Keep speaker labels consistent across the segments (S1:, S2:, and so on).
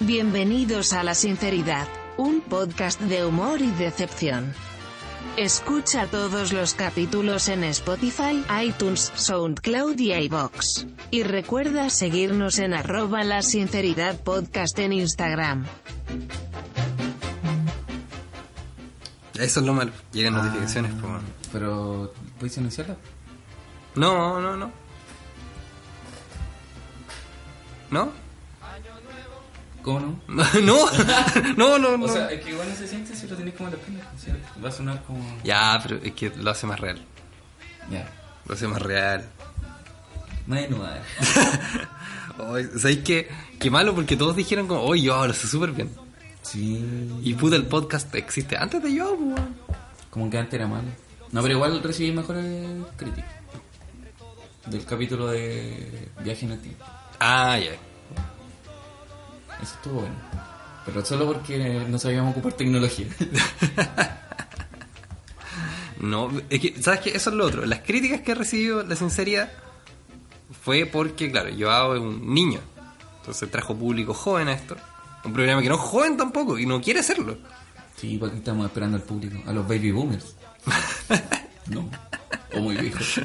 S1: Bienvenidos a La Sinceridad, un podcast de humor y decepción. Escucha todos los capítulos en Spotify, iTunes, SoundCloud y iBox. Y recuerda seguirnos en arroba la sinceridad podcast en Instagram.
S2: Eso es lo malo. Llegan notificaciones, pues, bueno.
S3: Pero, pues, ¿puedes anunciarlo?
S2: No, no, no. ¿No?
S3: ¿Cómo no?
S2: No, no, no, no.
S3: O
S2: no.
S3: sea, es que igual no se siente si lo tenés como en la pena. O sea, va a sonar como...
S2: Ya, pero es que lo hace más real.
S3: Ya.
S2: Lo hace más real.
S3: Bueno, a ver.
S2: Ay, ¿Sabéis qué? Qué malo porque todos dijeron como, oye, yo lo sé súper bien.
S3: Sí.
S2: Y puta, el podcast existe antes de yo, pues, bueno.
S3: Como que antes era malo. No, pero igual recibí mejores críticas. Del capítulo de Viaje en el Tiempo.
S2: Ah, ya.
S3: Eso estuvo bueno. Pero solo porque no sabíamos ocupar tecnología.
S2: No, es que, ¿sabes qué? Eso es lo otro. Las críticas que he recibido, la sinceridad, fue porque, claro, yo hago un niño. Entonces trajo público joven a esto. Un programa que no es joven tampoco y no quiere hacerlo.
S3: Sí, porque estamos esperando al público. A los baby boomers. No. O muy viejos.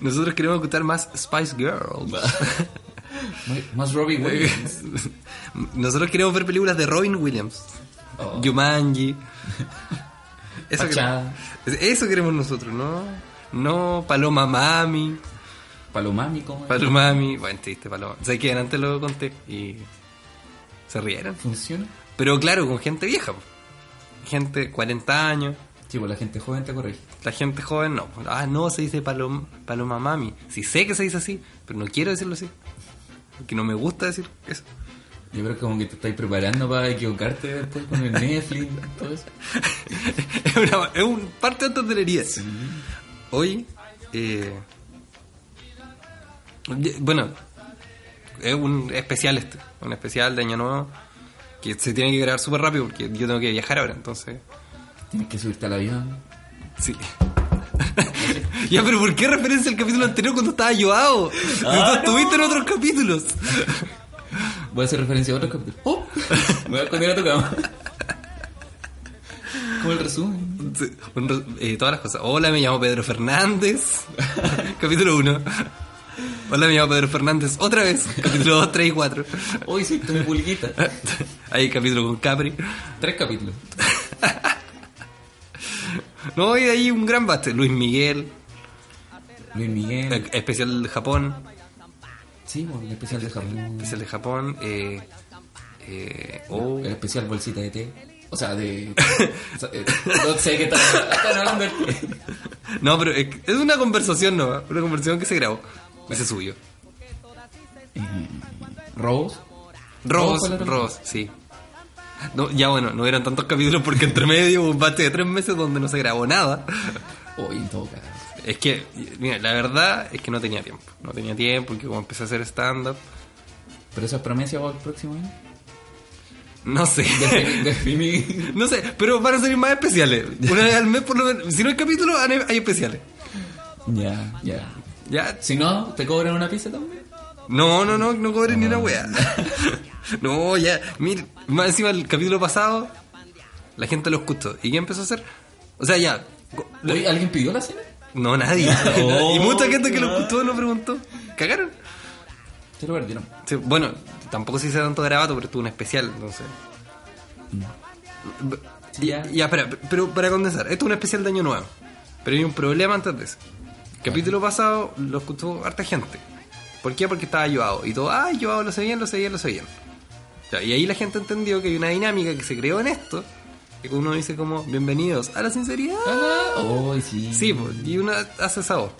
S2: Nosotros queremos escuchar más Spice Girls.
S3: Muy- Más Robbie Williams.
S2: Nosotros queremos ver películas de Robin Williams.
S3: Oh.
S2: Jumanji. Eso,
S3: Fachada.
S2: queremos- eso queremos nosotros, ¿no? No, Paloma Mami.
S3: Palomami, ¿cómo es?
S2: Paloma Mami. Buen chiste, Paloma. Sé que antes lo conté y se rieron.
S3: ¿Funciona?
S2: Pero claro, con gente vieja. po. Gente de 40 años.
S3: Sí, pues la gente joven te corrige.
S2: La gente joven no. Ah, no, se dice paloma, paloma Mami. Sí sé que se dice así, pero no quiero decirlo así. Porque no me gusta decir eso.
S3: Yo creo que como que te estáis preparando para equivocarte después con el Netflix y todo eso.
S2: es, una- es un parte de hotelería. Hoy, eh, ye- bueno, es un especial este, un especial de Año Nuevo que se tiene que grabar súper rápido porque yo tengo que viajar ahora, entonces.
S3: Tienes que subirte al avión.
S2: Sí. ya, pero ¿por qué referencia al capítulo anterior cuando estaba llorado? Cuando estuviste en otros capítulos.
S3: Voy a hacer referencia a otro capítulo. ¡Oh! Me voy a esconder a tu cama. Como el resumen.
S2: Sí, un re- eh, todas las cosas. Hola, me llamo Pedro Fernández. capítulo 1. Hola, me llamo Pedro Fernández. Otra vez. Capítulo 2, 3 y 4.
S3: Hoy soy tu pulguita.
S2: Hay capítulo con Capri.
S3: Tres capítulos.
S2: No, y de ahí un gran bate. Luis Miguel,
S3: Luis Miguel.
S2: eh, especial de Japón.
S3: Sí, bueno, el especial de Japón.
S2: Especial de Japón. Eh, eh, oh.
S3: El especial bolsita de té. O sea, de... o sea, eh, no sé qué tal. Están hablando del té.
S2: No, pero es, es una conversación, ¿no? Una conversación que se grabó. Y se subió.
S3: Robos.
S2: Robos,
S3: Robos, Paloma.
S2: robos, sí. No, ya bueno, no eran tantos capítulos porque entre medio hubo un bate de tres meses donde no se grabó nada.
S3: Hoy en todo caso.
S2: Es que, mira, la verdad es que no tenía tiempo. No tenía tiempo porque como empecé a hacer stand-up,
S3: Pero esa promesa va el próximo año.
S2: no sé.
S3: Definí- Definí.
S2: No sé, pero van a salir más especiales. Una vez al mes por lo menos. Si no hay capítulo, hay hay especiales.
S3: Ya, ya.
S2: Ya.
S3: Si no, ¿te cobran una pizza también?
S2: No, no, no, no cobren ni una wea. No, ya. Mira, más encima el capítulo pasado, la gente lo escuchó. ¿Y qué empezó a hacer? O sea, ya.
S3: Oye, ¿Alguien pidió la cena?
S2: No, nadie.
S3: No.
S2: y mucha gente que lo escuchó no preguntó. ¿Cagaron?
S3: Se lo perdieron.
S2: Sí, bueno, tampoco se hizo tanto grabato, pero tuvo un especial, entonces. B-
S3: Sí,
S2: Ya,
S3: ya.
S2: ya, espera, pero para condensar, esto es un especial de Año Nuevo. Pero hay un problema antes de eso. El capítulo pasado lo escuchó harta gente. ¿Por qué? Porque estaba Joao. Y todo, ah, Joao lo sé bien, lo sé bien, lo sé bien. Ya, y ahí la gente entendió que hay una dinámica que se creó en esto, uno dice como, bienvenidos a la sinceridad.
S3: Ah, oh, sí.
S2: Sí, pues. po, y uno hace sabor.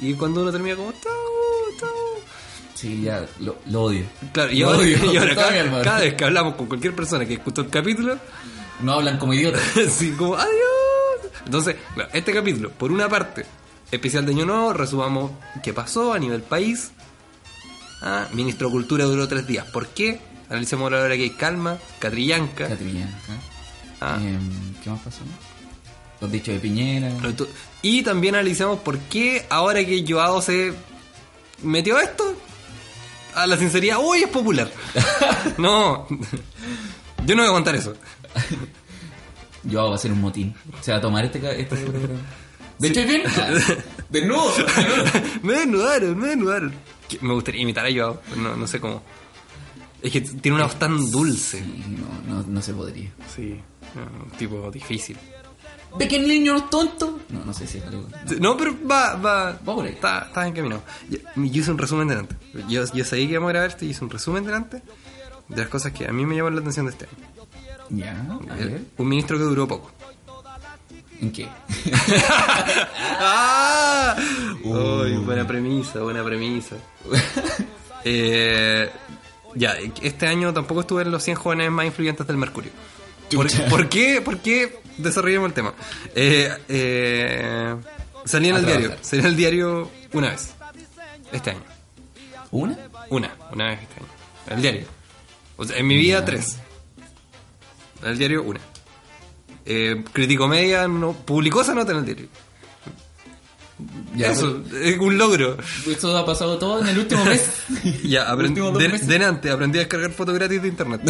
S2: Y cuando uno termina como, "Tau, tau".
S3: Sí, ya, lo, lo odio.
S2: Claro, y
S3: Lo
S2: ahora,
S3: odio
S2: y ahora
S3: con toda mi alma.
S2: cada, cada vez que hablamos con cualquier persona que escuchó el capítulo,
S3: No hablan como idiotas.
S2: así como, adiós. Entonces, claro, este capítulo, por una parte, especial de Año Nuevo, resumamos qué pasó a nivel país. Ah, ministro de Cultura duró tres días. ¿Por qué? Analicemos la hora que hay calma, Catrillanca.
S3: Catrillán, ajá.
S2: Ah.
S3: ¿eh? Em, ¿Qué más pasó? Los dichos de Piñera.
S2: Pero tú- Y también analicemos por qué ahora que Joao se metió a esto, a la sinceridad, uy, es popular. no, yo no voy a contar eso.
S3: Yo hago hacer un motín. Se va a tomar este, ca- este programa. ¿De hecho, bien? De nuevo.
S2: me desnudaron, me desnudaron. Que Me gustaría imitar a Joao, pero no, no sé cómo. Es que tiene una voz tan dulce.
S3: no, no, no se podría.
S2: Sí. Un tipo difícil.
S3: ¿De que el niño no es tonto? No, no sé si es algo. no.
S2: No, pero va, va.
S3: Va por ahí.
S2: Está, está encaminado. Yo, yo hice un resumen delante. Yo, yo sabía que íbamos a grabar esto y hice un resumen delante de las cosas que a mí me llaman la atención de este año.
S3: Ya, a ver.
S2: Un ministro que duró poco.
S3: ¿En qué?
S2: ¡Ah! Uy, buena premisa, buena premisa. Eh, ya, este año tampoco estuve en los 100 jóvenes más influyentes del Mercurio. ¿Por,
S3: Chucha.
S2: por qué? ¿Por qué desarrollamos el tema? Eh, eh, salí en
S3: A
S2: el
S3: trabajar.
S2: diario. Salí en el diario una vez. Este año.
S3: ¿Una?
S2: Una, una vez este año. El diario. O sea, en mi vida, tres. El diario, una. Eh, Crítico Media no, publicó esa nota en el diario.
S3: Ya,
S2: Eso, es un logro.
S3: pero Esto ha pasado todo en el último mes.
S2: Ya, aprendí,
S3: Últimos dos
S2: de-
S3: meses.
S2: delante, aprendí a descargar fotos gratis de internet.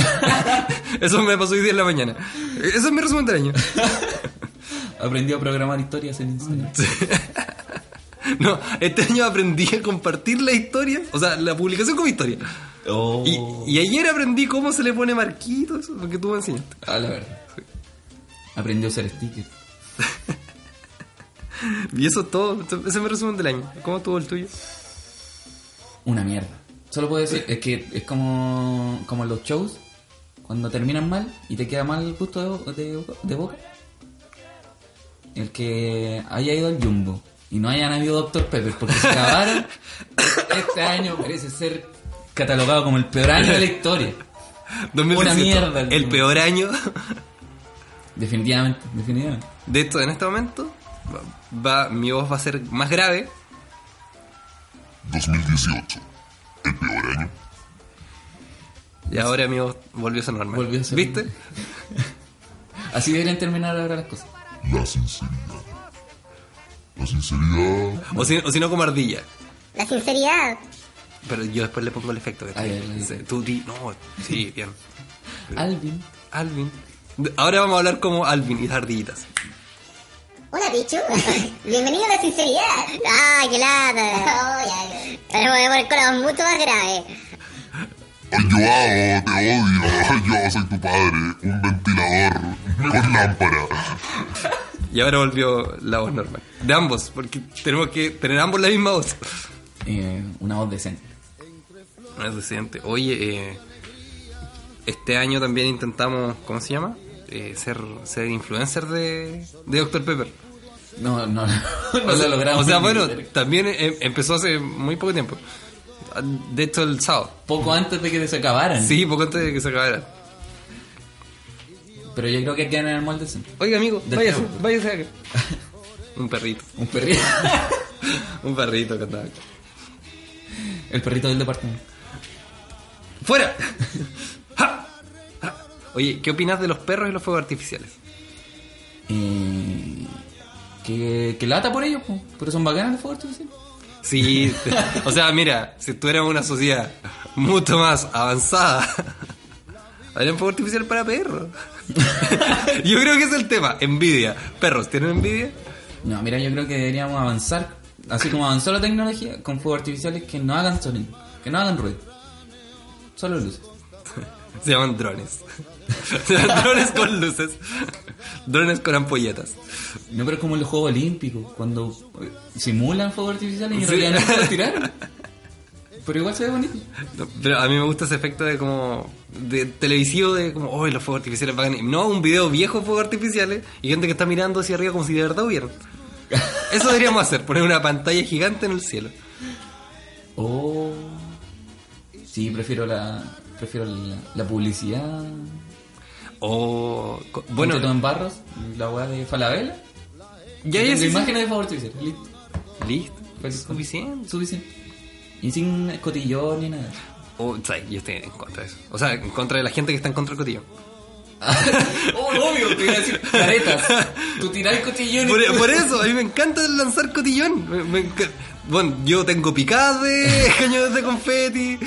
S2: Eso me pasó hoy día en la mañana. Eso es mi resumen del año.
S3: Aprendí a programar historias en Instagram.
S2: No, este año aprendí a compartir la historia, o sea, la publicación como historia.
S3: Oh.
S2: Y, y ayer aprendí cómo se le pone marquito, eso, porque tú me enseñaste.
S3: Ah, la verdad. Aprendí a usar stickers.
S2: Y eso es todo, ese es mi resumen del año. ¿Cómo estuvo el tuyo?
S3: Una mierda. Solo puedo decir, es que es como, como los shows, cuando terminan mal y te queda mal el gusto de, de- de boca. El que haya ido al Jumbo y no hayan habido Dr. Pepper porque se acabaron, este año parece ser catalogado como el peor año de la historia.
S2: 2017,
S3: mierda, el
S2: El
S3: tuyo.
S2: peor año
S3: Definitivamente, definitivamente.
S2: de esto en este momento. Va, va- mi voz va a ser más grave.
S4: 2018, el peor año.
S2: Y ahora mi voz volvió a ser normal.
S3: Volvió a ser-
S2: ¿Viste?
S3: Así deberían terminar ahora las cosas.
S4: La sinceridad. La sinceridad.
S2: O si, o si no, como ardilla.
S5: La sinceridad.
S2: Pero yo después le pongo el efecto. que
S3: Ay, ay, ay.
S2: Sí, Tú di, no, sí, bien.
S3: Alvin.
S2: Alvin. De- Ahora vamos a hablar como Alvin y las ardillitas.
S5: Hola, bicho. Bienvenido a la sinceridad. Ah, qué lata. Pero voy a poner con la voz mucho más grave.
S4: Ay, Joao, te odio. Yo soy tu padre. Un ventilador con lámpara.
S2: Y ahora volvió la voz normal. De ambos, porque tenemos que tener ambos la misma voz.
S3: Eh, una voz decente.
S2: No es suficiente. Oye, eh, este año también intentamos, ¿cómo se llama? Eh, ser, ser influencer de, de Dr. Pepper.
S3: No, no, no,
S2: o sea,
S3: Pues lo logramos.
S2: o sea,
S3: ni
S2: bueno,
S3: cerca.
S2: también eh, empezó hace muy poco tiempo. De hecho, el sábado.
S3: Poco antes de que se acabaran.
S2: Sí, poco antes de que se acabara.
S3: Pero yo creo que quedan en el molde decente.
S2: Oiga, amigo,
S3: Del
S2: váyase,
S3: tiempo.
S2: váyase acá. Un perrito,
S3: Un perrito.
S2: un perrito que andaba acá.
S3: el perrito del departamento.
S2: ¡Fuera! ¡Ja! ¡Ja! Oye, ¿qué opinas de los perros y los fuegos artificiales?
S3: Eh, que, que lata por ellos, po. pero son bacanas los fuegos artificiales.
S2: Sí, o sea, mira, si tuviéramos una sociedad mucho más avanzada, habría un fuego artificial para perros. Yo creo que es el tema, envidia. ¿Perros tienen envidia?
S3: No, mira, yo creo que deberíamos avanzar, así como avanzó la tecnología, con fuegos artificiales que no hagan sonido, que no hagan ruido. Solo luces.
S2: Se llaman drones. Se llaman drones con luces. Drones con ampolletas.
S3: No, pero es como en los Juegos Olímpicos, cuando eh, simulan fuegos artificiales y en
S2: Sí.
S3: realidad no los tiraron. Pero igual se ve bonito.
S2: No, Pero a mí me gusta ese efecto de como. de televisivo de como, oh, los fuegos artificiales pagan. No, un video viejo de fuegos artificiales y gente que está mirando hacia arriba como si de verdad hubieran. Eso deberíamos hacer, poner una pantalla gigante en el cielo.
S3: Oh. Sí, prefiero la. Prefiero la, la publicidad.
S2: O. co-
S3: Bueno. todo
S2: Bueno,
S3: en barros, la weá de Falabella.
S2: ya
S3: Tengo
S2: ya sí, sí.
S3: imágenes de favor Twitter. Listo.
S2: Listo,
S3: Pues,
S2: es suficiente.
S3: Suficiente. Y sin escotillón ni nada.
S2: O, sea, yo estoy en contra de eso. O sea, en contra de la gente que está en contra del cotillo.
S3: oh, obvio, te iba a decir caretas. Tú tirás cotillón y
S2: Por,
S3: tú-
S2: por eso, a mí me encanta lanzar cotillón. Me- me enca- bueno, yo tengo picadas de cañones de confeti.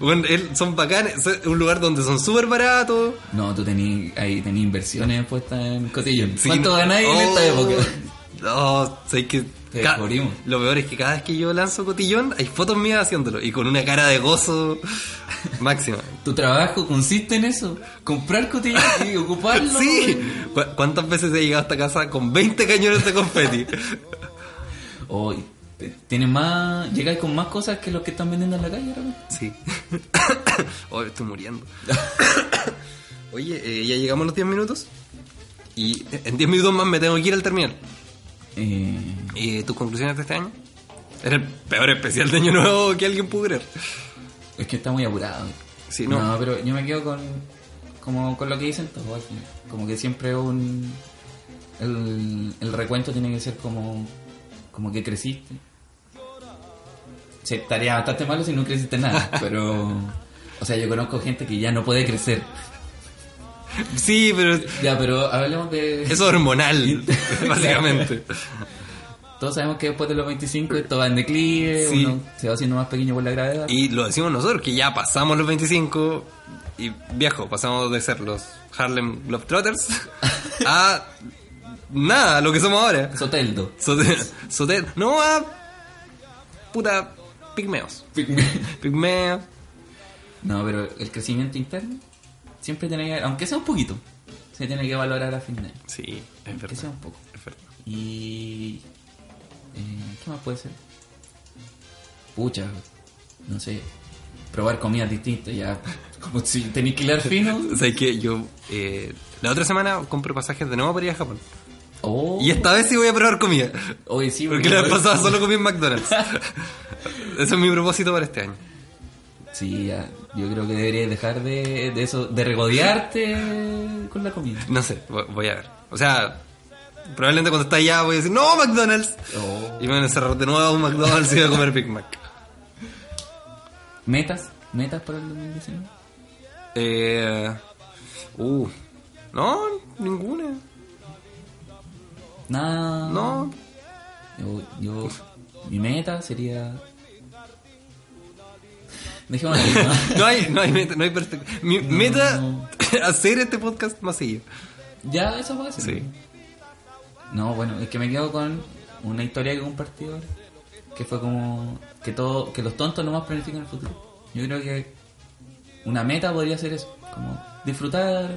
S2: Bueno, él- son bacanes. son- Es un lugar donde son súper baratos.
S3: No, tú tenías ahí tení inversiones puestas en cotillón.
S2: Sí,
S3: ¿Cuánto ganáis en
S2: oh,
S3: esta época?
S2: No, sé que.
S3: Te
S2: ca-
S3: descubrimos.
S2: Lo peor es que cada vez que yo lanzo cotillón, hay fotos mías haciéndolo. Y con una cara de gozo máxima.
S3: ¿Tu trabajo consiste en eso? ¿Comprar cotillón y ocuparlo?
S2: Sí. ¿Cu- ¿Cuántas veces he llegado a esta casa con 20 cañones de confeti?
S3: O te- tienes más... Llegáis con más cosas que los que están vendiendo en la calle, ahora, güey.
S2: Sí. oh, estoy muriendo. Oye, eh, ya llegamos a los 10 minutos. Y eh, en 10 minutos más me tengo que ir al terminal.
S3: Eh,
S2: Eh, ¿Tus conclusiones de este año? Era el peor especial de año nuevo que alguien pudo creer.
S3: es que está muy apurado. güey.
S2: Sí, no.
S3: pero yo me quedo con... Como con lo que dicen todos al final. Como que siempre un... El, el recuento tiene que ser como... Como que creciste. Se estaría bastante malo si no creciste nada, pero... O sea, yo conozco gente que ya no puede crecer.
S2: Sí, pero
S3: Ya, pero hablemos de...
S2: es hormonal, básicamente.
S3: Todos sabemos que después de los 25 esto va en declive,
S2: Sí.
S3: uno se va haciendo más pequeño por la gravedad.
S2: Y lo decimos nosotros, que ya pasamos los 25 y viejo, pasamos de ser los Harlem Globetrotters a nada, lo que somos ahora.
S3: Soteldo.
S2: Sote, sote- no a puta pigmeos. Pigmeos.
S3: No, pero el crecimiento interno siempre tiene que, aunque sea un poquito, se tiene que valorar a fin de año.
S2: Sí, es
S3: Aunque sea
S2: verdad.
S3: un poco.
S2: Es verdad.
S3: Y... eh, ¿Qué más puede ser? Pucha, no sé. Probar comidas distintas, ya. Como si tenéis que hilar fino.
S2: O sea, que yo eh, la otra semana compré pasajes de nuevo para ir a Japón.
S3: Oh,
S2: Y esta vez sí voy a probar comida.
S3: Oye, sí,
S2: Porque la vez pasada solo comí en McDonald's. Eso es mi propósito para este año.
S3: Sí, ya. Yo creo que deberías dejar de, de eso, de regodearte con la comida.
S2: No sé, vo- voy a ver. O sea, probablemente cuando está allá voy a decir, no, McDonald's.
S3: Oh.
S2: Y me van a encerrar de nuevo a un McDonald's y voy a comer Big Mac.
S3: ¿Metas? ¿Metas para el 2019?
S2: Eh, uh, no, ninguna.
S3: Nada.
S2: No,
S3: Yo, yo- mi meta sería... Dejémoslo ahí, ¿no?
S2: No hay, no hay meta, no hay perfecto. Mi meta
S3: no.
S2: hacer este podcast más seguido.
S3: Ya, eso puede ser.
S2: Sí.
S3: No, bueno, es que me quedo con una historia que compartí ahora, que fue como que todo, que los tontos nomás planifican el futuro. Yo creo que una meta podría ser eso, como disfrutar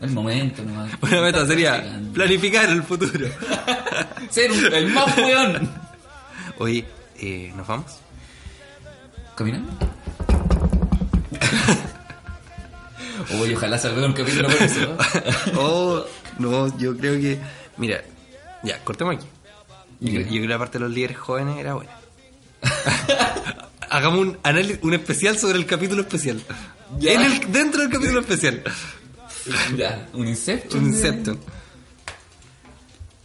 S3: el momento nomás.
S2: Una meta
S3: Estar
S2: sería
S3: practicando.
S2: planificar el futuro.
S3: ser un- el más weón.
S2: Oye, eh, ¿nos vamos?
S3: ¿Caminando? Oye, ojalá salga un capítulo por eso. ¿no?
S2: oh, no, yo creo que. Mira, ya, cortemos aquí. Yo, yo creo que la parte de los líderes jóvenes era buena. Hagamos un análisis, un especial sobre el capítulo especial.
S3: Ya.
S2: En el- dentro del capítulo especial.
S3: Ya, un insecto.
S2: Un Inception.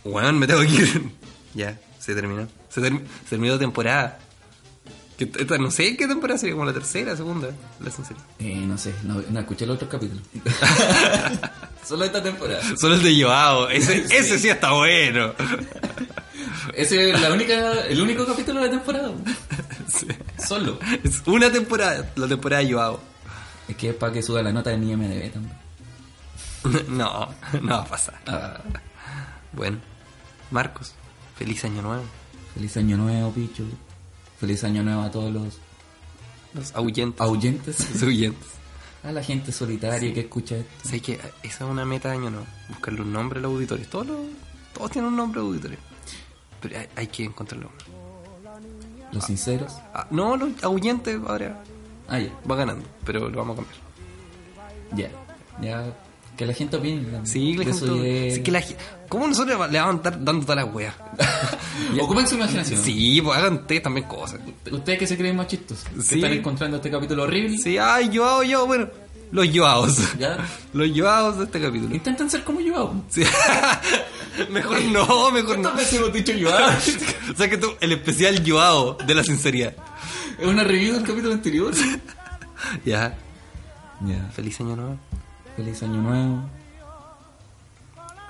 S2: Weón, me tengo que ir. ya, se terminó. Se, term- se terminó la temporada. Que t- esta- no sé qué temporada sería, como la tercera, segunda, la sinceridad.
S3: Eh, no sé, no, no escuché los otros capítulos. Solo esta temporada.
S2: Solo el de Joao, ese sí, ese sí está bueno.
S3: Ese es la única, el único capítulo de la temporada.
S2: Sí.
S3: Solo.
S2: Es una temporada, la temporada de Joao.
S3: Es que es para que suba la nota de mi IMDB también.
S2: No, no va a pasar.
S3: Ah,
S2: Bueno, Marcos, feliz año nuevo.
S3: feliz año nuevo, picho. Feliz año nuevo a todos los
S2: Los ahuyentes,
S3: ahuyentes.
S2: los ahuyentes.
S3: A la gente solitaria que escucha esto.
S2: Sé que esa es una meta de año nuevo, buscarle un nombre a los auditores. Todos, los- todos tienen un nombre de auditores. Pero hay, hay que encontrarlo.
S3: Los sinceros.
S2: Ah, no, los ahuyentes ahora
S3: Ah, ya.
S2: va ganando, pero lo vamos a cambiar.
S3: Ya. Ya. Que la gente opine. también.
S2: Sí, la
S3: De su
S2: gente.
S3: idea.
S2: sí, que la ge- ¿Cómo nosotros le vamos a estar dando todas las weas?
S3: Ya, Ocupen su imaginación.
S2: Sí, pues hagan ustedes también cosas.
S3: Ustedes que se creen más chistos. Que
S2: Sí.
S3: están encontrando este capítulo horrible.
S2: Sí, ay, yoao, yo, bueno. Los yoaos.
S3: Ya.
S2: Los yoaos de este capítulo.
S3: Intentan ser como yo. hago.
S2: Sí. mejor no, mejor no.
S3: ¿Cuántas veces hemos dicho yo? hago?
S2: O sea que tú, el especial yoao de la sinceridad.
S3: Es una review del capítulo anterior.
S2: Ya,
S3: Ya.
S2: feliz año nuevo.
S3: Feliz año nuevo.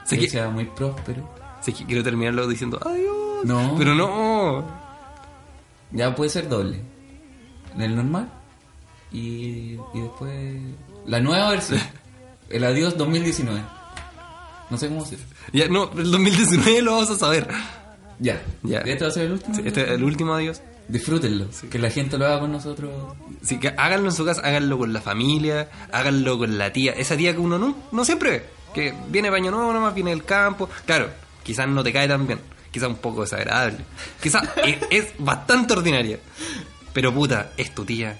S2: Sé
S3: que,
S2: que,
S3: sea muy próspero.
S2: sé que quiero terminarlo diciendo adiós.
S3: No.
S2: Pero no.
S3: Ya puede ser doble. El normal. Y, y después. La nueva versión. El adiós 2019. No sé cómo decir.
S2: Ya, no, el 2019 lo vamos a saber.
S3: Ya.
S2: Ya.
S3: Este va a ser el último.
S2: Sí, Este es el último adiós.
S3: Disfrútenlo. Que la gente lo haga con nosotros.
S2: Así que háganlo en su casa, háganlo con la familia, háganlo con la tía, esa tía que uno no, no siempre ve, que viene baño nuevo nomás, viene del campo, claro, quizás no te cae tan bien, quizás un poco desagradable, quizás es, es bastante ordinaria, pero puta, es tu tía.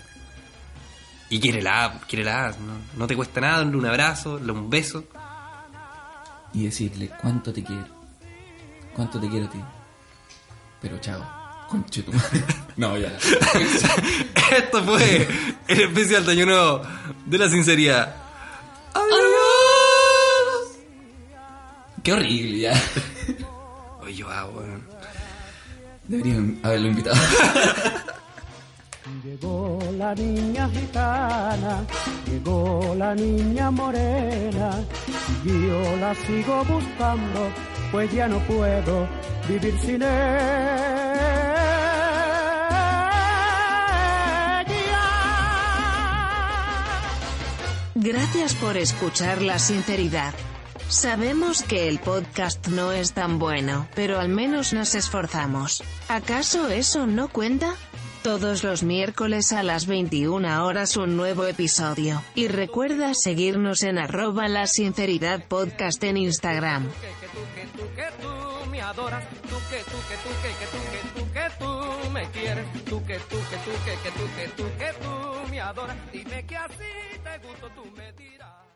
S2: Y quiere la, quiere la, no, no te cuesta nada, darle un abrazo, darle un beso.
S3: Y decirle cuánto te quiero. Cuánto te quiero a ti. Pero chao. Conchetumadre. No, ya.
S2: Esto fue el especial de Año Nuevo de la sinceridad. ¡Adiós!
S3: Qué horrible, ya.
S2: Oye, yo ah,
S3: Deberían haberlo invitado.
S6: Llegó la niña gitana, llegó la niña morena, y yo la sigo buscando, pues ya no puedo vivir sin ella.
S1: Gracias por escuchar la sinceridad. Sabemos que el podcast no es tan bueno, pero al menos nos esforzamos. ¿Acaso eso no cuenta? Todos los miércoles a las 21 horas un nuevo episodio. Y recuerda seguirnos en arroba la sinceridad podcast en Instagram.
S7: que, que tú, que tú, que tú me adoras, tú que tú, que tú, que, que tú, que tú, que tú me quieres, tú que tú, que tú, que, que tú, que tú, que tú me adoras, dime que así te gusto, tú me dirás.